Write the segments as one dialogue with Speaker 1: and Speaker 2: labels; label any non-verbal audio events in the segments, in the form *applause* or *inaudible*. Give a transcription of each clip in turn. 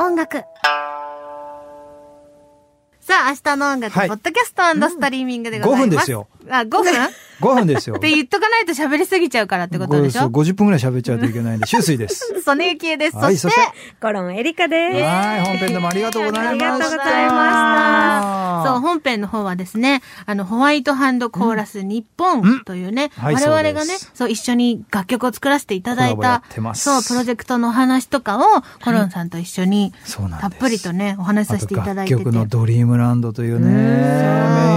Speaker 1: 音楽。さあ、明日の音楽、
Speaker 2: はい
Speaker 1: ポッドキャストストリーミングでございます。
Speaker 2: 5分ですよ。
Speaker 1: あ、5分
Speaker 2: *laughs*
Speaker 1: っ
Speaker 2: 5分ですよ。
Speaker 1: て言っとかないと喋りすぎちゃうからってことでし
Speaker 2: そう
Speaker 1: ょ
Speaker 2: 50分ぐらい喋っちゃうといけないんで、終
Speaker 1: *laughs*
Speaker 2: 水です。
Speaker 1: ソネユキエです。
Speaker 2: はい
Speaker 1: そ
Speaker 2: そ
Speaker 1: し、
Speaker 2: して
Speaker 3: コロンエリカです。
Speaker 2: はい、本編どうもありがとうございました。
Speaker 3: ありがとうございま
Speaker 1: そう、本編の方はですね、あの、ホワイトハンドコーラス日本というね、
Speaker 2: はい
Speaker 1: 我々が
Speaker 2: そ
Speaker 1: ね
Speaker 2: うです、
Speaker 1: そう、一緒に楽曲を作らせていただい
Speaker 2: コラボや
Speaker 1: た
Speaker 2: って、ます
Speaker 1: そう、プロジェクトのお話とかを、コロンさんと一緒に、
Speaker 2: そうなん
Speaker 1: た
Speaker 2: で
Speaker 1: っ
Speaker 2: す
Speaker 1: ぷりとね、お話しさせていただいて
Speaker 2: あ
Speaker 1: て
Speaker 2: と楽曲。のドリームランドというね、
Speaker 1: ん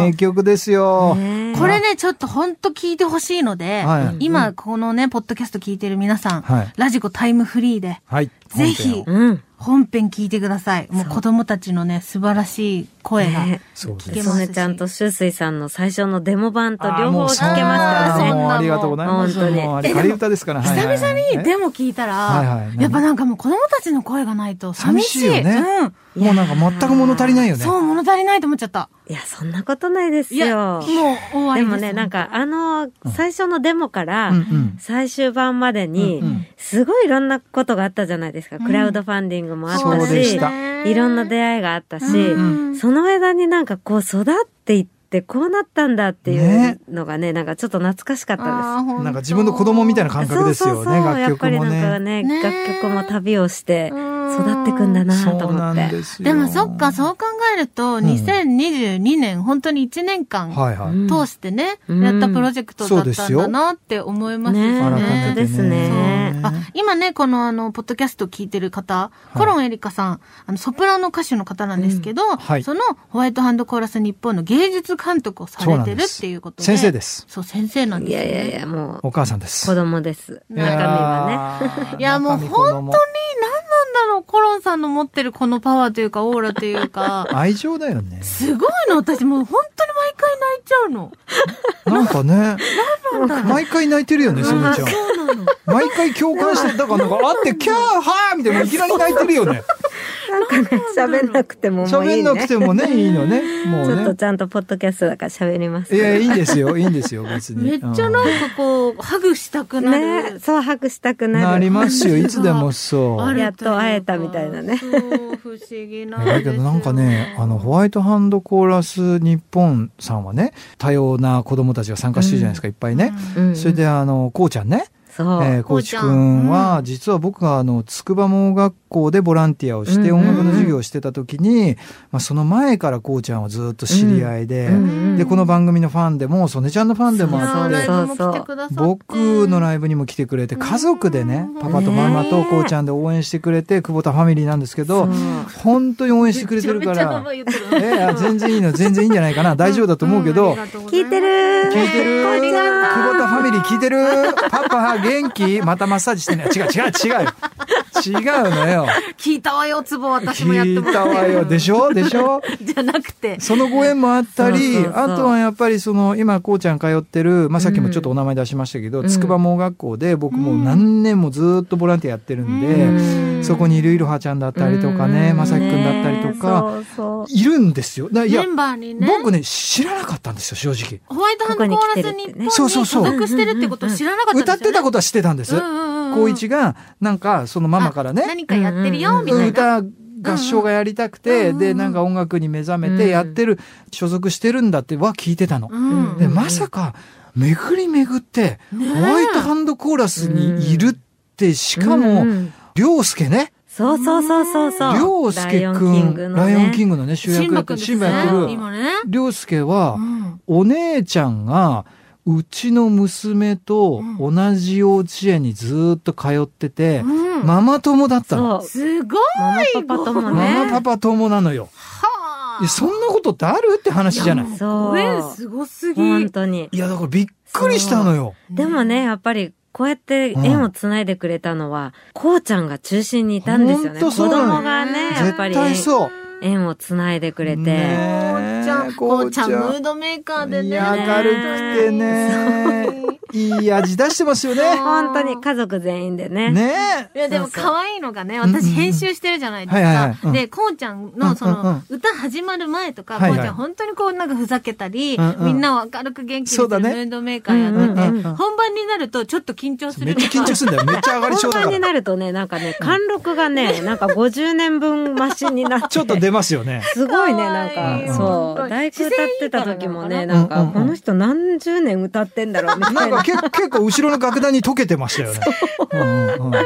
Speaker 2: 名曲ですよ。
Speaker 1: これね、ちょっとほんと聞いてほしいので、
Speaker 2: はい
Speaker 1: 今、このね、ポッドキャスト聞いてる皆さん、
Speaker 2: はい
Speaker 1: ラジコタイムフリーで、
Speaker 2: はい。
Speaker 1: ぜひ
Speaker 2: 本編を
Speaker 3: うん。
Speaker 1: 本編聞いてください。もう子供たちのね、素晴らしい声が。
Speaker 3: ね
Speaker 2: そうです
Speaker 1: 聞け
Speaker 3: ソ
Speaker 1: ます
Speaker 3: ネ
Speaker 1: し
Speaker 3: ちゃんとシュウスイさんの最初のデモ版と両方聞けますか
Speaker 2: あーもう
Speaker 3: らね。
Speaker 2: そんなのもうありがとうございます。
Speaker 3: 本当に
Speaker 2: もうあれ仮歌ですから、はいはいはい
Speaker 1: 久々にデモ聞いたら、
Speaker 2: はいはい
Speaker 1: やっぱなんかもう子供たちの声がないと寂しい。
Speaker 2: 寂しいよね
Speaker 3: い
Speaker 2: もうなんか全く物足りないよ
Speaker 1: うん。
Speaker 2: ね。
Speaker 1: そう、物足りないと思っちゃった。
Speaker 3: いや、そんなことないです
Speaker 1: いや、
Speaker 3: よ
Speaker 1: もう。終わり
Speaker 3: ですもね、なん、かあの、最初のデモから
Speaker 2: うんうん
Speaker 3: 最終版までに
Speaker 2: うんうん、
Speaker 3: すごいいろんなことがあったじゃないですか。
Speaker 1: うん
Speaker 3: クラウドファンディングもあった
Speaker 2: そうで
Speaker 3: し
Speaker 2: した、
Speaker 3: いろんな出会いがあったし、
Speaker 1: うん
Speaker 3: その間になんかこう育っていって、こうなったんだっていう
Speaker 2: ね
Speaker 3: のがね、なんかちょっと懐かしかったです。
Speaker 2: なんか自分の子供みたいな感覚ですよね、
Speaker 3: や
Speaker 2: 楽
Speaker 3: っぱ
Speaker 2: 曲
Speaker 3: り
Speaker 2: も
Speaker 3: なんか
Speaker 2: ね。
Speaker 3: ね、
Speaker 1: ね
Speaker 3: 楽曲も旅をして育ってくんだなと
Speaker 2: そう
Speaker 3: 思
Speaker 2: な
Speaker 3: っ
Speaker 2: ん
Speaker 3: て。
Speaker 2: ですよ。
Speaker 1: でもそっか、そう考えると、
Speaker 2: ん
Speaker 1: 2022年、本当に1年間、
Speaker 2: はいは
Speaker 3: う
Speaker 2: い。
Speaker 3: ん
Speaker 1: 通してね、
Speaker 3: うん
Speaker 1: やったプロジェクトだっ
Speaker 2: そ
Speaker 1: た
Speaker 2: うんです
Speaker 1: だ
Speaker 2: よ
Speaker 1: なって思いますよ
Speaker 3: ね
Speaker 1: ね。
Speaker 2: 改めて
Speaker 3: ですね
Speaker 1: あ、今ね、このあの、ポッドキャスト聞いてる方、コロンエリカさん、あの、ソプラノ歌手の方なんですけど、
Speaker 2: はい
Speaker 1: そのホワイトハンドコーラス日本の芸術監督をさ
Speaker 2: そう
Speaker 1: れ
Speaker 2: なん
Speaker 1: て
Speaker 2: で
Speaker 1: る
Speaker 2: す
Speaker 1: っていうことで。
Speaker 2: 先生です。
Speaker 1: そう、先生なん
Speaker 3: い
Speaker 1: ですよ、
Speaker 3: や
Speaker 1: ね。
Speaker 3: いやいや、もう
Speaker 2: お母さんです。
Speaker 3: 子供です。中身はね。
Speaker 2: は
Speaker 1: *laughs*
Speaker 2: ね
Speaker 1: いやもう本当に何なんだろう、コロンさんの持ってるこのパワーというか、オーラというか、
Speaker 2: 愛情だよね。
Speaker 1: すごいの、私もう本当に毎回泣いちゃうの。
Speaker 2: なんかね、
Speaker 1: なんだろう。
Speaker 2: 毎回泣いてるよね、そのちゃん。毎回共感して、だからなんか、あって、キャーはーみたいな、いきなり泣いてるよね。
Speaker 3: なんかね、喋んなくてももうい
Speaker 2: 喋
Speaker 3: い
Speaker 2: んなく
Speaker 3: ね。ち
Speaker 2: てもね、いいのね。も
Speaker 3: ょっ
Speaker 2: う
Speaker 3: と
Speaker 2: ね。
Speaker 3: ちゃんとポッドキャストだから喋ります。
Speaker 2: いや、いいんですよ、いいんですよ、別に。
Speaker 1: めっちゃ
Speaker 2: う
Speaker 1: なんんかこう、ハグしたくなる。
Speaker 3: ね、そう拍したくなる。
Speaker 2: なりますよ、いつでもそ
Speaker 1: あ
Speaker 2: う
Speaker 1: る。
Speaker 3: やっと会えたみたいなね
Speaker 1: そう、不思議なんですよ
Speaker 2: だけどなんかね、あの、ホワイトハンドコーラス日本さんはね、多様な子供たちが参加してるじゃないですか、いっぱいね。
Speaker 3: うん
Speaker 2: それ、で、あの、こうちゃんね。
Speaker 3: そう。
Speaker 2: えー、
Speaker 1: こ
Speaker 2: こ
Speaker 1: う
Speaker 2: う
Speaker 1: ち
Speaker 2: ち
Speaker 1: ゃん
Speaker 2: くん
Speaker 1: う
Speaker 2: は
Speaker 1: ん、
Speaker 2: 実は僕があの、筑波盲学校でボランティアをして、
Speaker 3: うん
Speaker 2: 音楽の授業をしてた時に、まあ、その前からこうちゃんはずっと知り合いで、
Speaker 3: うんうん
Speaker 2: で、この番組のファンでも、曽根ちゃんのファンでも
Speaker 1: そ
Speaker 2: あ
Speaker 1: う
Speaker 2: っ
Speaker 1: ライ
Speaker 2: て、
Speaker 1: ブも来てくださって
Speaker 2: 僕のライブにも来てくれて、家族でね
Speaker 1: うん、
Speaker 2: パパとママとこうちゃんで応援してくれて、久保田ファミリーなんですけ
Speaker 3: そ
Speaker 2: ど
Speaker 3: う、
Speaker 2: 本当に応援してくれてるか
Speaker 1: めちゃめちゃ名
Speaker 2: ら、
Speaker 1: 前言ってる
Speaker 2: えー、あ全然いいの、全然いいんじゃないかな、大丈夫だと思うけど、
Speaker 3: 聞いてる
Speaker 2: 聞いてる
Speaker 3: こうちゃん
Speaker 2: 久保田ファミリー聞いてるパパ元気またマッサージしてね。違う違う違うよ。違うのよ。
Speaker 1: 聞いたわよ、ツボ私もやって
Speaker 2: 聞
Speaker 1: ます
Speaker 2: いたわよ。でしょでしょ
Speaker 1: じゃなくて。
Speaker 2: そのご縁もあったり、
Speaker 3: そうそうそう
Speaker 2: あとはやっぱりその、今、こうちゃん通ってる、まあ、さっきもちょっとお名前出しましたけど、
Speaker 3: うん
Speaker 2: 筑波盲学校で僕もう何年もずっとボランティアやってるんで、
Speaker 3: うん
Speaker 2: そこにいるいろはちゃんだったりとかね、
Speaker 3: うん
Speaker 2: まさきくんだったりとか、
Speaker 3: ねそうそう
Speaker 2: いるんですよ。だい
Speaker 1: メ
Speaker 2: や、
Speaker 1: ンバーにね、
Speaker 2: 僕ね、知らなかったんですよ、正直。
Speaker 1: ホワイトハンドコーラス日本に所属してるってことを知らなかったんです
Speaker 2: 歌
Speaker 1: よ、ね。
Speaker 2: ってたことは知ってたんです。
Speaker 1: 高
Speaker 2: 光一が、なんか、そのママからね、
Speaker 1: 何かやってるよ、みたいな。
Speaker 2: 歌、合唱がやりたくて、
Speaker 1: うん
Speaker 2: で、なんか音楽に目覚め
Speaker 3: うん
Speaker 2: てやってる、所属してるんだっては聞いてたの。
Speaker 1: うん
Speaker 2: で、まさか、巡り巡って、ホワイトハンドコーラスにいるって、しか
Speaker 3: う
Speaker 2: も、
Speaker 3: ん
Speaker 2: りょうすけね。
Speaker 3: そうそうそうそうそう。
Speaker 2: りょうすけくん、ライオンキングのね、主
Speaker 1: シン
Speaker 2: 役や
Speaker 1: バ
Speaker 2: って
Speaker 1: くん
Speaker 2: る、
Speaker 1: で
Speaker 2: シ
Speaker 1: す
Speaker 2: ンバやって
Speaker 1: ね。
Speaker 2: る。
Speaker 1: 今ね。
Speaker 2: りょうすけは
Speaker 1: う、ん
Speaker 2: お姉ちゃんが、うちの娘と同じ幼稚園にずーっと通ってて、
Speaker 1: うん
Speaker 2: ママ友だったの。
Speaker 3: そう。
Speaker 1: すごい
Speaker 3: ママパパともね。
Speaker 2: ママパパ友なのよ。
Speaker 1: はい
Speaker 2: やそんなことってあるって話じゃない。
Speaker 1: やもう
Speaker 3: そう
Speaker 1: ご縁すごすぎ。
Speaker 3: 本当に。
Speaker 2: いや、だからびっくりしたのよ。
Speaker 3: でもね、やっぱり、こうやって縁をつないでくれたのは、こうちゃんが中心にいたんですよね。
Speaker 2: ほんと
Speaker 3: 子
Speaker 2: そうなの
Speaker 3: 供がね、やっ
Speaker 2: 絶
Speaker 3: ぱり
Speaker 2: 対そう。
Speaker 3: 縁をつないでくれて。
Speaker 2: ね
Speaker 1: こうちゃん、こうちゃんムードメーカーで
Speaker 2: い
Speaker 1: ね。
Speaker 2: や明るくてねいい味出してますよね
Speaker 3: 本当に家族全員でね。
Speaker 2: ね
Speaker 1: いやでも
Speaker 3: そうそう
Speaker 1: 可愛いのがね、
Speaker 2: んうん
Speaker 1: 私編集してるじゃないです
Speaker 2: はいはいはい
Speaker 1: か
Speaker 2: う。ん
Speaker 1: で、こうちゃんのそ
Speaker 2: うんうんう
Speaker 1: の
Speaker 2: ん
Speaker 1: 歌始まる前とか、
Speaker 2: はい
Speaker 1: こう
Speaker 2: はい
Speaker 1: ちゃん本当にこうなんかふざけたり、
Speaker 2: うんうん
Speaker 1: みんなを明るく元気にす
Speaker 2: そ
Speaker 1: る
Speaker 2: う
Speaker 1: ム
Speaker 2: だね
Speaker 1: ードメーカー
Speaker 2: う
Speaker 1: や
Speaker 2: ん
Speaker 1: っ
Speaker 2: う
Speaker 1: て
Speaker 2: ん
Speaker 1: て、
Speaker 2: うん
Speaker 1: 本番になるとちょっと緊張す
Speaker 2: め
Speaker 1: る
Speaker 2: っちゃ緊張するんだよめっちゃ上がり症
Speaker 3: 本
Speaker 2: だ
Speaker 3: 番
Speaker 2: か
Speaker 3: に
Speaker 2: ら
Speaker 3: なるとね、なんかね、貫禄が
Speaker 2: *laughs*
Speaker 3: ね、なんか50年分マシンになって。
Speaker 2: ちょっと出ますよね
Speaker 3: すごいね、なん
Speaker 1: 可
Speaker 2: 愛い
Speaker 3: か、そ
Speaker 1: うん
Speaker 3: う、大工歌ってた時もね、
Speaker 1: 自然いい
Speaker 3: なん
Speaker 2: うん
Speaker 3: か
Speaker 2: うん、うん
Speaker 3: この人何十年歌ってんだろう、みたい
Speaker 2: なん
Speaker 3: な。
Speaker 2: かけ結構後ろの楽団に溶けてましたよねうんうんうん
Speaker 1: い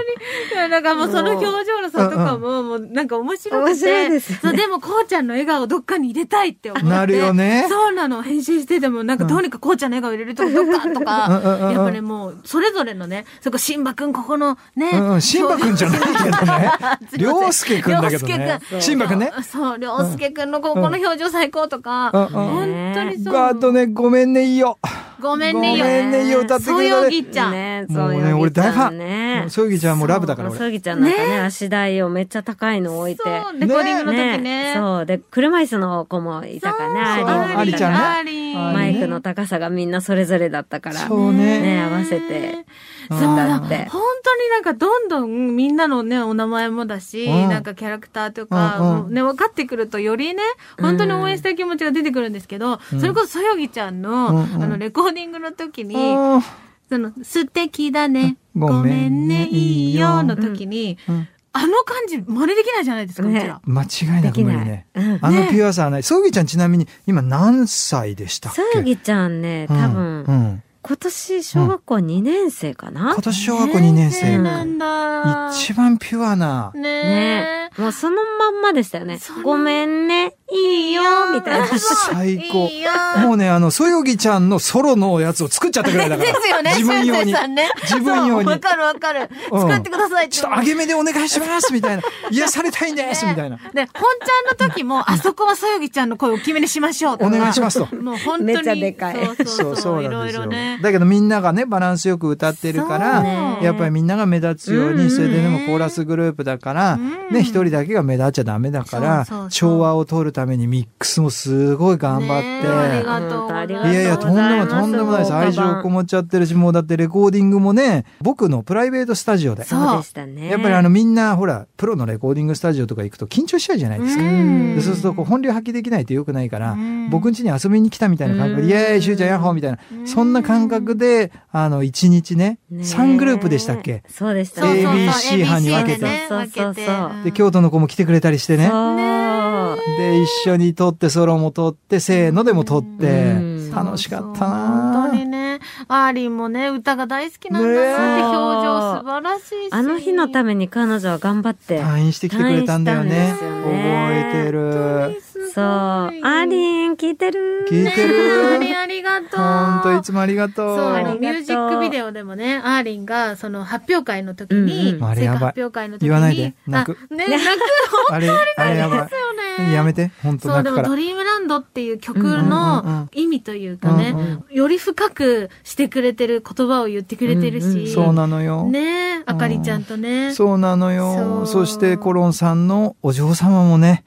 Speaker 1: や *laughs* なんかもうその表情の差とかも、もうなんか面白
Speaker 3: 面
Speaker 1: く
Speaker 3: 白いで
Speaker 1: て。
Speaker 3: すよね
Speaker 1: *laughs* そう、でもこうちゃんの笑顔どっかに入れたいって思って。
Speaker 2: なるよね
Speaker 1: そうなの。編集してても、なんかどうにかこうちゃんの笑顔入れるとこどっかとか。
Speaker 2: うんうんうんうん
Speaker 1: やっぱね、もう、それぞれのね、そこ、シンバくん、ここのね。
Speaker 2: うんうん、シンバくんじゃないけどね。りょうすけくんだけど
Speaker 1: 涼
Speaker 2: ね
Speaker 1: 介く。ん
Speaker 2: シンバくんね。
Speaker 1: そう、りょうすけくんのここの表情最高とか。
Speaker 2: うん
Speaker 1: 本当にそう。
Speaker 2: ガードね、ごめんねいいよ。
Speaker 1: ごめんねよ。
Speaker 2: ごめんねいいよ歌ってく
Speaker 1: そう
Speaker 2: れ
Speaker 1: よ
Speaker 2: た
Speaker 1: ぎ
Speaker 2: ね。
Speaker 1: っちゃん。
Speaker 3: ね、
Speaker 2: もう
Speaker 3: そう
Speaker 2: ね、
Speaker 3: よ
Speaker 2: 俺
Speaker 3: ぎち
Speaker 2: 大
Speaker 3: ゃ
Speaker 2: フ
Speaker 3: ん
Speaker 2: ァ
Speaker 3: ね
Speaker 2: ン。。そよぎちゃんもうラブだから
Speaker 3: そう
Speaker 2: 俺。
Speaker 3: そうぎちゃんなんかね、足台をめっちゃ高いの置いて。
Speaker 1: そう、レコーディングの時ね。
Speaker 3: そう。で、車椅子の子もいたかね、
Speaker 2: そう
Speaker 3: アリー
Speaker 2: アリちゃんね
Speaker 1: アリ
Speaker 2: ア
Speaker 3: マイクの高さがみんなそれぞれだったから。
Speaker 2: そうね。
Speaker 3: ね合わせて
Speaker 1: そう
Speaker 2: 歌
Speaker 1: だ
Speaker 2: っ
Speaker 1: 本当
Speaker 3: て
Speaker 1: になんかどんどんみんなのね、お名前もだし、
Speaker 2: うん
Speaker 1: なんかキャラクターと
Speaker 2: うん
Speaker 1: か
Speaker 2: う、ん
Speaker 1: ね、分かってくるとよりね、本当に応援したい気持ちが出てくるんですけど、
Speaker 2: うん
Speaker 1: それこそそよぎちゃんの、
Speaker 2: うんうん
Speaker 1: あの、レコーディングの時に、
Speaker 2: うん
Speaker 1: その、素敵だね、
Speaker 2: ご
Speaker 1: ご
Speaker 2: め
Speaker 1: め
Speaker 2: ん
Speaker 1: ん
Speaker 2: ね
Speaker 1: ね、いいよ、の時に、
Speaker 2: うん
Speaker 1: あの感じ、真似できないじゃないですか、
Speaker 3: ね
Speaker 1: うちら。
Speaker 2: 間違いな
Speaker 3: で
Speaker 2: く
Speaker 3: き
Speaker 2: 無理
Speaker 3: ない。
Speaker 2: ね。
Speaker 3: うん
Speaker 2: あのピュアさはない。そうぎちゃんちなみに今何歳でしたっ
Speaker 3: さ
Speaker 2: け
Speaker 3: やぎちゃんね、多分、
Speaker 2: うんうん
Speaker 3: 今年小学校2年生かな、
Speaker 2: 今年小学校2年生
Speaker 1: 先
Speaker 3: ね
Speaker 1: なんだ。
Speaker 2: 一番ピュアな。
Speaker 1: ね
Speaker 3: ね
Speaker 1: え。
Speaker 3: もうそのまんまでしたよね
Speaker 1: その。
Speaker 3: ごめんね、いいよ、みたいな。
Speaker 2: *laughs* 最高
Speaker 1: いいよ。
Speaker 2: もうね、あの、そよぎちゃんのソロのやつを作っちゃったぐらいだか
Speaker 1: で *laughs*
Speaker 2: ら。
Speaker 1: すよね、
Speaker 2: 自分用に
Speaker 1: しゅうせいさんね。
Speaker 2: 自分用に
Speaker 1: そうわかるわかる。
Speaker 2: うん
Speaker 1: 作ってくださいって。
Speaker 2: ちょっと揚げ目でお願いしますみた
Speaker 1: *laughs*
Speaker 2: いな。癒されたいんですみたいな。
Speaker 1: で、本ちゃんの時も、あそこはそよぎちゃんの声を決めにしましょうとか
Speaker 2: お願いしますと
Speaker 1: もう本当に。
Speaker 3: めっちゃでかい
Speaker 1: そうそうそう。いろいろね。
Speaker 2: だけどみんながね、バランスよく歌ってるか
Speaker 1: そう
Speaker 2: ら、
Speaker 1: ね
Speaker 2: やっぱりみんなが目立つよう
Speaker 3: うんうん
Speaker 2: に、それででもコーラスグループだから、
Speaker 1: うん
Speaker 2: ね、一人だけが目立っちゃダメだから
Speaker 1: そうそうそ、う
Speaker 2: 調和を取るためにミックスもすごい頑
Speaker 1: ねあり
Speaker 2: 張って。
Speaker 1: がとうござい
Speaker 3: い
Speaker 1: ま
Speaker 3: とう
Speaker 1: す。
Speaker 2: いやいや、とんでもない、とんでもないです。愛情こもっちゃってるし、もうだってレコーディングもね、僕のプライベートスタジオで。
Speaker 1: そう
Speaker 3: そうでしたね。
Speaker 2: やっぱりあの、みんな、ほら、プロのレコーディングスタジオとか行くと緊張しちゃうじゃないですか。
Speaker 1: うん
Speaker 2: でそうするとこう本領発揮できないと良くないから、
Speaker 1: うん
Speaker 2: 僕ん家に遊びに来たみたいな感覚で、
Speaker 3: うん
Speaker 2: イエーイ、しゅうちゃんヤッホーみたいな、
Speaker 1: うん
Speaker 2: そんな感覚で、あの、一日ね、
Speaker 3: ね
Speaker 2: 3グループでしたっけ
Speaker 3: そうでした
Speaker 1: そうそうそう
Speaker 2: ABC 班に分
Speaker 1: ABC
Speaker 2: けて
Speaker 1: でね
Speaker 3: そうそうそうそう
Speaker 1: 分けて
Speaker 2: で、京都の子も来てくれたりしてね。
Speaker 3: そう
Speaker 2: で、一緒に撮って、ソロも撮って、せーのでも撮って
Speaker 3: うん、
Speaker 2: 楽しかっ
Speaker 1: そう
Speaker 2: た
Speaker 1: そう本
Speaker 2: な
Speaker 1: 当にね、アーリンもね、歌が大好きなんだなって
Speaker 3: ねえ
Speaker 1: 表情素晴らしいし。
Speaker 3: あの日のために彼女は頑張って。
Speaker 2: 退院してきてくれたんだよ
Speaker 3: 退
Speaker 2: ね。
Speaker 3: 院したんですよね
Speaker 2: 覚えて
Speaker 1: 本当
Speaker 2: る
Speaker 1: に。すごい。
Speaker 3: そう。アーリーン聞いてる
Speaker 2: 聞いて
Speaker 1: ねえアー
Speaker 2: る
Speaker 1: リンありがとう。
Speaker 2: 本当いつもありがとう。
Speaker 1: そう、
Speaker 3: ありがとう
Speaker 1: ミュージックビデオでもね、アーリンが、その、発表会の時
Speaker 3: うん
Speaker 1: に、
Speaker 3: うん
Speaker 2: あれ
Speaker 1: 成
Speaker 2: や
Speaker 1: 果
Speaker 2: ばい
Speaker 1: 発表会の時に、
Speaker 2: 言わないで泣く
Speaker 1: *laughs* あね、泣くよ
Speaker 2: あれ、あれやばい。
Speaker 1: ね。
Speaker 2: やめて、本当
Speaker 1: そう、
Speaker 2: 泣
Speaker 1: で
Speaker 2: くか
Speaker 1: も、
Speaker 2: ら
Speaker 1: ド。リームランドっていう曲
Speaker 2: うんうんうん
Speaker 1: の意味というか
Speaker 2: うん
Speaker 1: ね、より深くしてくれてる、言葉を言ってくれてる
Speaker 3: うんうん
Speaker 1: し、
Speaker 2: そうなのよ。
Speaker 1: ねえ、あかりちゃんとね。
Speaker 2: そうなのよ。
Speaker 1: そ
Speaker 2: そうして、コロンさんのお嬢様もね、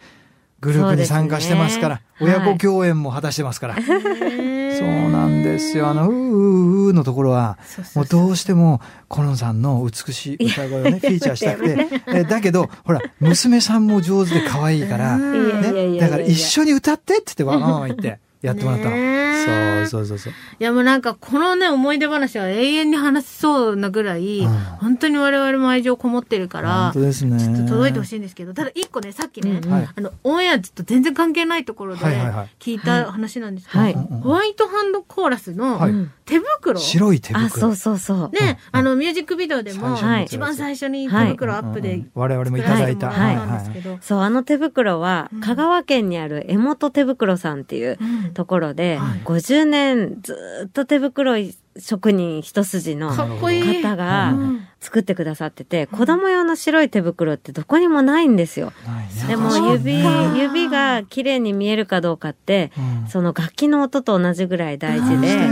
Speaker 2: グループに参加してますから、
Speaker 3: そうですね
Speaker 2: 親子共演も果たしてますから。
Speaker 1: そう
Speaker 2: そうなんですよ。あの、うーうーうーのところは、
Speaker 1: そうそ
Speaker 2: もう
Speaker 1: うそう
Speaker 2: どうしても、コロンさんの美しい歌声をね、フィーチャーしたくて。えだけど、ほら、娘さんも上手で可愛いから、
Speaker 1: うん
Speaker 2: ね、
Speaker 3: いやいやいやいや
Speaker 2: だから一緒に歌ってって言って、わーん言って、やってもらった
Speaker 1: ね
Speaker 2: の。
Speaker 1: え
Speaker 2: そうそうそうそう。
Speaker 1: いやもうなんかこのね思い出話は永遠に話せそうなぐらい、
Speaker 2: うん
Speaker 1: 本当に我々も愛情こもってるから、
Speaker 2: 本当ですね。
Speaker 1: ちょっと届いてほしいんですけど、ただ一個ね、さっきね、
Speaker 3: うん
Speaker 2: はい
Speaker 1: あの、オンエアちょっと全然関係ないところで
Speaker 2: はいはいはい
Speaker 1: 聞いた話なんですけど、
Speaker 3: はい
Speaker 2: うんうん
Speaker 1: ホワイトハンドコーラス
Speaker 2: はい
Speaker 1: の手袋、
Speaker 2: 白い手袋。
Speaker 3: あ、そうそうそう。
Speaker 1: ね、あの、ミュージックビデオでも、
Speaker 2: 最初に
Speaker 1: 一番最初に手袋アップ
Speaker 2: うんうん
Speaker 1: で
Speaker 2: うん、我々もいただいた。
Speaker 1: 作らせ
Speaker 2: はい
Speaker 1: てもらったんですけ
Speaker 2: は
Speaker 1: ど、
Speaker 3: そう、あの手袋は
Speaker 1: うん、
Speaker 3: 香川県にある江本手袋さんっていう
Speaker 1: うん
Speaker 3: ところで、
Speaker 1: はい
Speaker 3: 50年ずーっと手袋職人一筋の
Speaker 1: かっこいい。
Speaker 3: 方が
Speaker 1: うん
Speaker 3: 作ってくださってて、子供用の白い手袋ってどこにもないんですよ。
Speaker 2: い。ないね
Speaker 3: で
Speaker 1: そ
Speaker 3: も
Speaker 1: うか
Speaker 3: 指、指が綺麗に見えるかどうかって、
Speaker 2: うん
Speaker 3: その楽器の音と同じぐらい大事
Speaker 2: 大事だ
Speaker 3: で
Speaker 2: よ、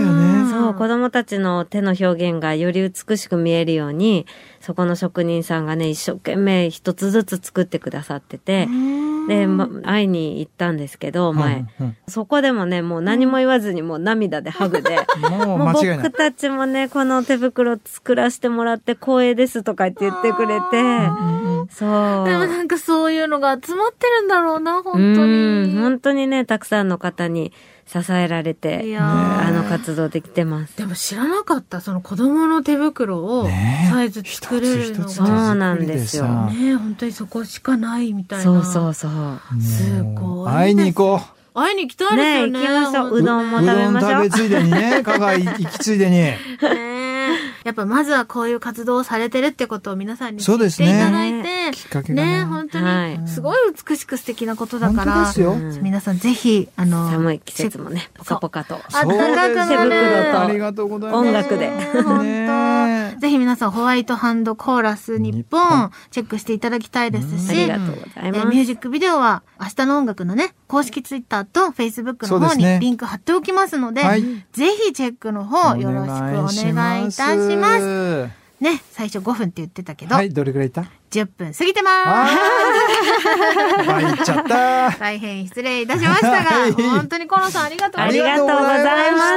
Speaker 2: ね
Speaker 3: そう、子供たちの手の表現がより美しく見えるように、そこの職人さんがね、一生懸命一つずつ作ってくださってて、
Speaker 1: うん
Speaker 3: で、ま、会いに行ったんですけど、前。
Speaker 2: うん
Speaker 3: そこでもね、もう何も言わずにもう涙でハグで。
Speaker 2: うん
Speaker 3: *laughs*
Speaker 2: もう
Speaker 3: もう
Speaker 2: 間違いな
Speaker 3: 僕
Speaker 2: い。
Speaker 3: たちもね、この手袋作らせてもらって光栄ですとかって言ってくれて、
Speaker 2: うん
Speaker 3: そう。
Speaker 1: でもなんかそういうのが集まってるんだろうな、本
Speaker 3: う
Speaker 1: 当
Speaker 3: ん
Speaker 1: に。
Speaker 3: 本当にね、たくさんの方に支えられ
Speaker 1: い
Speaker 3: て、
Speaker 1: やー
Speaker 3: あの活動できてます。
Speaker 1: でも知らなかった、その子供の手袋を
Speaker 2: ねえ
Speaker 1: サイズ作れるの
Speaker 2: 一つ一つ手
Speaker 3: そ
Speaker 2: 作り
Speaker 1: が。
Speaker 3: うなんですよ
Speaker 2: さ
Speaker 1: ねえ、本当にそこしかないみたいな。
Speaker 3: そうそうそう。
Speaker 1: すごい
Speaker 2: 会いに行こ
Speaker 1: 会いに行きたいですよね。
Speaker 3: ねえ行きましょう
Speaker 1: 本当
Speaker 3: う
Speaker 1: に
Speaker 3: どんも食べましょう
Speaker 2: うどん食べついでにね、香川行きついでに。
Speaker 1: ねえやっぱまずはこういう活動をされてるってことを皆さんに知
Speaker 2: そう
Speaker 1: っ
Speaker 2: です
Speaker 1: てい
Speaker 2: ね
Speaker 1: ただいて、
Speaker 2: きっかけがね
Speaker 1: ねえ本当
Speaker 3: は
Speaker 1: に
Speaker 3: い
Speaker 1: すごい美しく素敵なことだ
Speaker 2: 本
Speaker 1: か
Speaker 2: 当で
Speaker 1: ら
Speaker 2: す、よ。
Speaker 3: うん
Speaker 1: 皆さんぜひ、あの、
Speaker 3: 寒い季節もね、ポカポカと。
Speaker 1: あったかくなる
Speaker 2: そうです
Speaker 3: 手袋と
Speaker 2: ありがとうございます。
Speaker 3: 音楽で
Speaker 1: ねえ本当。ぜひ皆さん、ホワイトハンドコーラス日
Speaker 2: 日本
Speaker 1: 本、チェックしていただきたいです
Speaker 3: あ
Speaker 1: し
Speaker 3: り、がとうござい
Speaker 1: え
Speaker 3: ま
Speaker 1: ーミュー
Speaker 3: す。
Speaker 1: ジックビデオは明日の音楽のね、公式ツイッターとフェイスブック
Speaker 2: そ
Speaker 1: の
Speaker 2: うで
Speaker 1: 方
Speaker 2: すね
Speaker 1: にリンク貼っておきますので、
Speaker 2: はい
Speaker 1: ぜひチェックの方よろしくお願いいたします。
Speaker 2: す。
Speaker 1: ね、最初5分って言ってたけど、
Speaker 2: はい、どれくらいいった
Speaker 1: 10分過ぎてまーす。
Speaker 2: あー倍いっちゃった。
Speaker 1: 大変失礼いたしましたが、
Speaker 2: はい
Speaker 1: 本当にコロンさんありがとうござい
Speaker 3: ありが
Speaker 1: まし。
Speaker 3: とうございました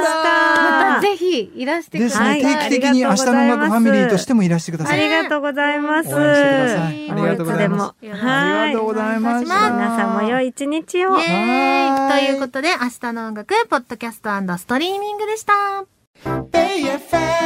Speaker 3: した
Speaker 1: ま。ぜひいらしてく
Speaker 2: で
Speaker 1: だ
Speaker 2: す
Speaker 1: さい。
Speaker 2: ね、定期的に明日の音楽ファミリーとしてもいらしてくだ
Speaker 3: あ
Speaker 2: さい。
Speaker 3: りがとうございます。
Speaker 2: 応援してください
Speaker 1: ありがとうございます
Speaker 3: つで
Speaker 1: よ
Speaker 3: も
Speaker 1: ろしくお
Speaker 2: あ
Speaker 3: は
Speaker 2: り
Speaker 3: い
Speaker 2: がとう。ございま
Speaker 1: お願
Speaker 2: した。
Speaker 1: いします
Speaker 3: 皆さんも良い一日を。
Speaker 1: イエーイ
Speaker 2: はい
Speaker 1: ということで、明日の音楽、ポッドキャストストリーミングでした。
Speaker 4: BFM